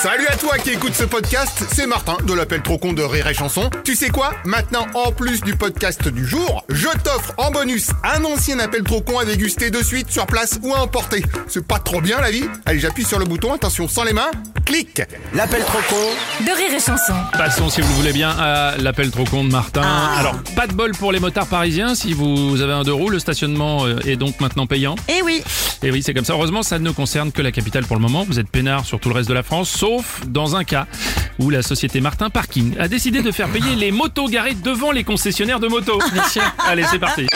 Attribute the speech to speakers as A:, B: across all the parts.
A: Salut à toi qui écoute ce podcast, c'est Martin de l'appel trop con de Rire et Chanson. Tu sais quoi Maintenant, en plus du podcast du jour, je t'offre en bonus un ancien appel trop con à déguster de suite sur place ou à emporter. C'est pas trop bien la vie Allez, j'appuie sur le bouton, attention, sans les mains, clique
B: L'appel trop con
C: de rire et chanson.
D: Passons, si vous le voulez bien, à l'appel trop con de Martin. Alors, pas de bol pour les motards parisiens. Si vous avez un deux roues, le stationnement euh, est donc maintenant payant.
C: Eh oui,
D: Et oui, c'est comme ça. Heureusement, ça ne concerne que la capitale pour le moment. Vous êtes peinard sur tout le reste de la France, sauf dans un cas où la société Martin Parking a décidé de faire payer les motos garées devant les concessionnaires de motos. Allez, c'est parti.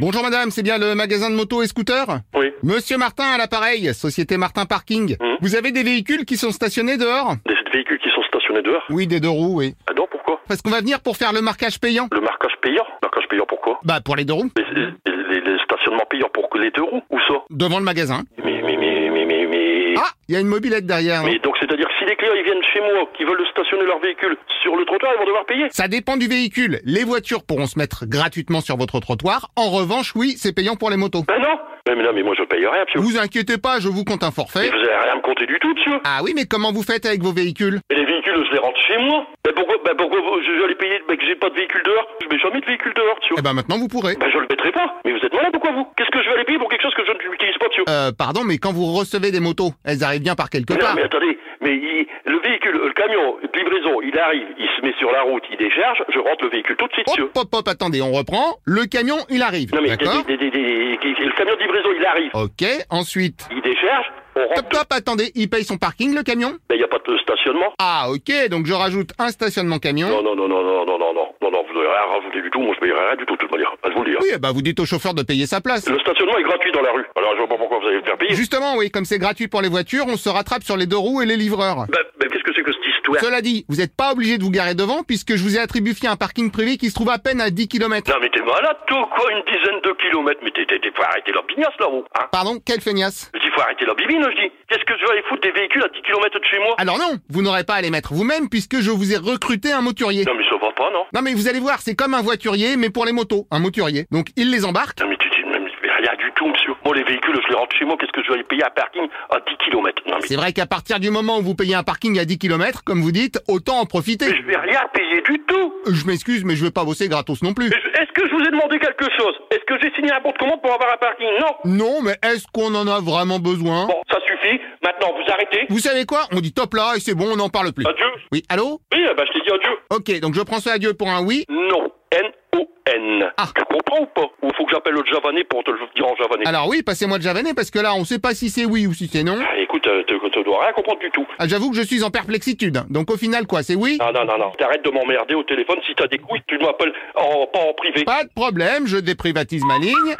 A: Bonjour madame, c'est bien le magasin de moto et scooter
E: Oui,
A: Monsieur Martin à l'appareil, société Martin Parking. Vous avez des véhicules qui sont stationnés dehors
E: des véhicules qui sont stationnés dehors.
A: Oui, des deux roues, oui.
E: Ah non, pourquoi
A: Parce qu'on va venir pour faire le marquage payant.
E: Le marquage payant Marquage payant pourquoi
A: Bah, pour les deux roues.
E: les, les- les- les stationnements payants pour que les deux roues Où ça
A: Devant le magasin.
E: Mais, mais, mais, mais, mais, mais...
A: Ah, il y a une mobilette derrière.
E: Mais donc, c'est-à-dire que si les clients, ils viennent chez moi, qui veulent stationner leur véhicule sur le trottoir, ils vont devoir payer
A: Ça dépend du véhicule. Les voitures pourront se mettre gratuitement sur votre trottoir. En revanche, oui, c'est payant pour les motos.
E: Ben non Mais, mais non, mais moi, je paye rien, monsieur.
A: Vous inquiétez pas, je vous compte un
E: Mais
A: forfait.
E: vous avez rien à me compter du tout, monsieur
A: Ah oui, mais comment vous faites avec vos véhicules
E: Et les véhicules, je les rentre chez moi Ben pourquoi, ben pourquoi vous- je vais aller payer Ben que j'ai pas de véhicule dehors Je mets jamais de véhicule dehors, monsieur
A: Eh ben maintenant vous pourrez.
E: Ben je le mettrai pas Mais vous êtes malin, pourquoi vous Qu'est-ce que je vais aller payer pour quelque chose que je n'utilise pas, monsieur
A: Euh, pardon, mais quand vous recevez des motos, elles arrivent bien par quelque
E: Mais non,
A: part.
E: mais attendez, mais il- le véhicule, le camion de livraison, il arrive, il se met sur la route, il décharge, je rentre le véhicule tout de suite, monsieur.
A: Hop, hop, hop, attendez, on reprend. Le camion, il arrive.
E: Non, mais
A: D'accord
E: des- des- des- des- le camion de livraison, il arrive,
A: Ok, ensuite.
E: il décharge, on rentre.
A: Top, top, attendez, il paye son parking, le camion
E: Mais il n'y a pas de stationnement.
A: Ah, ok, donc je rajoute un stationnement camion.
E: Non, non, non, non, non, non, non, non, non, non, vous n'avez rien rajouté du tout, moi je paye rien du tout, de toute manière, à vous le dire.
A: Oui, eh ben vous dites au chauffeur de payer sa place.
E: Le stationnement est gratuit dans la rue, alors je vois pas pourquoi vous allez me faire payer.
A: Justement, oui, comme c'est gratuit pour les voitures, on se rattrape sur les deux roues et les livreurs.
E: Ben, ben, qu'est-ce que c'est que cette histoire
A: Cela dit, vous n'êtes pas obligé de vous garer devant puisque je vous ai attribué un parking privé qui se trouve à peine à 10 km.
E: Non, mais t'es malade, toi, quoi, une dizaine de kilomètres, mais t'es, t'es, t'es- faut arrêter leur bignasse là-haut, hein.
A: Pardon, quelle feignasse
E: Je dis, faut arrêter leur bibine, je dis. Qu'est-ce que je vais aller foutre des véhicules à 10 kilomètres de chez moi
A: Alors non, vous n'aurez pas à les mettre vous-même puisque je vous ai recruté un moturier.
E: Non, mais ça va pas, non
A: Non mais vous allez voir, c'est comme un voiturier mais pour les motos, un moturier. Donc il les embarque.
E: Non mais tu dis, mais mais rien du tout, monsieur. Moi, les véhicules, je les rentre chez moi. Qu'est-ce que je vais aller payer à parking à 10 km Non, mais,
A: C'est vrai qu'à partir du moment où vous payez un parking à 10 km, comme vous dites, autant en
E: mais
A: profiter.
E: je vais rien payer du tout.
A: Je m'excuse mais je vais pas bosser gratos non plus.
E: Mais je- Est-ce que je vous ai demandé quelque chose Est-ce que j'ai signé un bon de commande pour avoir un parking Non.
A: Non mais est-ce qu'on en a vraiment besoin
E: Bon, ça suffit. Maintenant, vous arrêtez.
A: Vous savez quoi On dit top là et c'est bon, on n'en parle plus.
E: Adieu.
A: Oui, allô
E: Oui, bah, je t'ai dit adieu.
A: Ok, donc je prends ce adieu pour un oui.
E: Non. N-O-N.
A: Ah.
E: Tu comprends ou pas Ou faut que j'appelle le javanais pour te le dire en javanais
A: Alors oui, passez-moi le javanais parce que là on sait pas si c'est oui ou si c'est non.
E: Ah, Écoute, euh, tu tu dois rien comprendre du tout.
A: Ah, J'avoue que je suis en perplexitude. Donc au final quoi, c'est oui
E: Non, non, non, non. T'arrêtes de m'emmerder au téléphone. Si t'as des couilles, tu m'appelles en, pas en privé.
A: Pas de problème, je déprivatise ma ligne.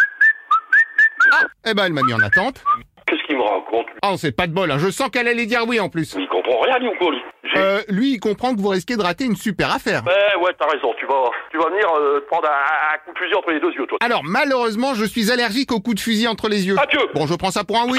A: Ah, eh ben elle m'a mis en attente.
E: Qu'est-ce qu'il me raconte lui
A: Ah, c'est pas de bol, hein. je sens qu'elle allait dire oui en plus.
E: Il comprend rien, lui, ou quoi, lui J'ai-
A: Euh, lui, il comprend que vous risquez de rater une super affaire.
E: Ouais, ouais, t'as raison. Tu vas, tu vas venir euh, te prendre un, un coup de fusil entre les deux yeux, toi.
A: Alors malheureusement, je suis allergique aux coups de fusil entre les yeux.
E: Adieu.
A: Bon, je prends ça pour un oui.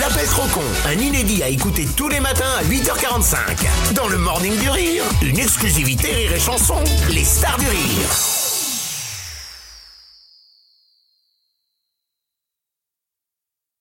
B: L'appel trop con, un inédit à écouter tous les matins à 8h45. Dans le morning du rire, une exclusivité Rire et Chanson, les stars du rire.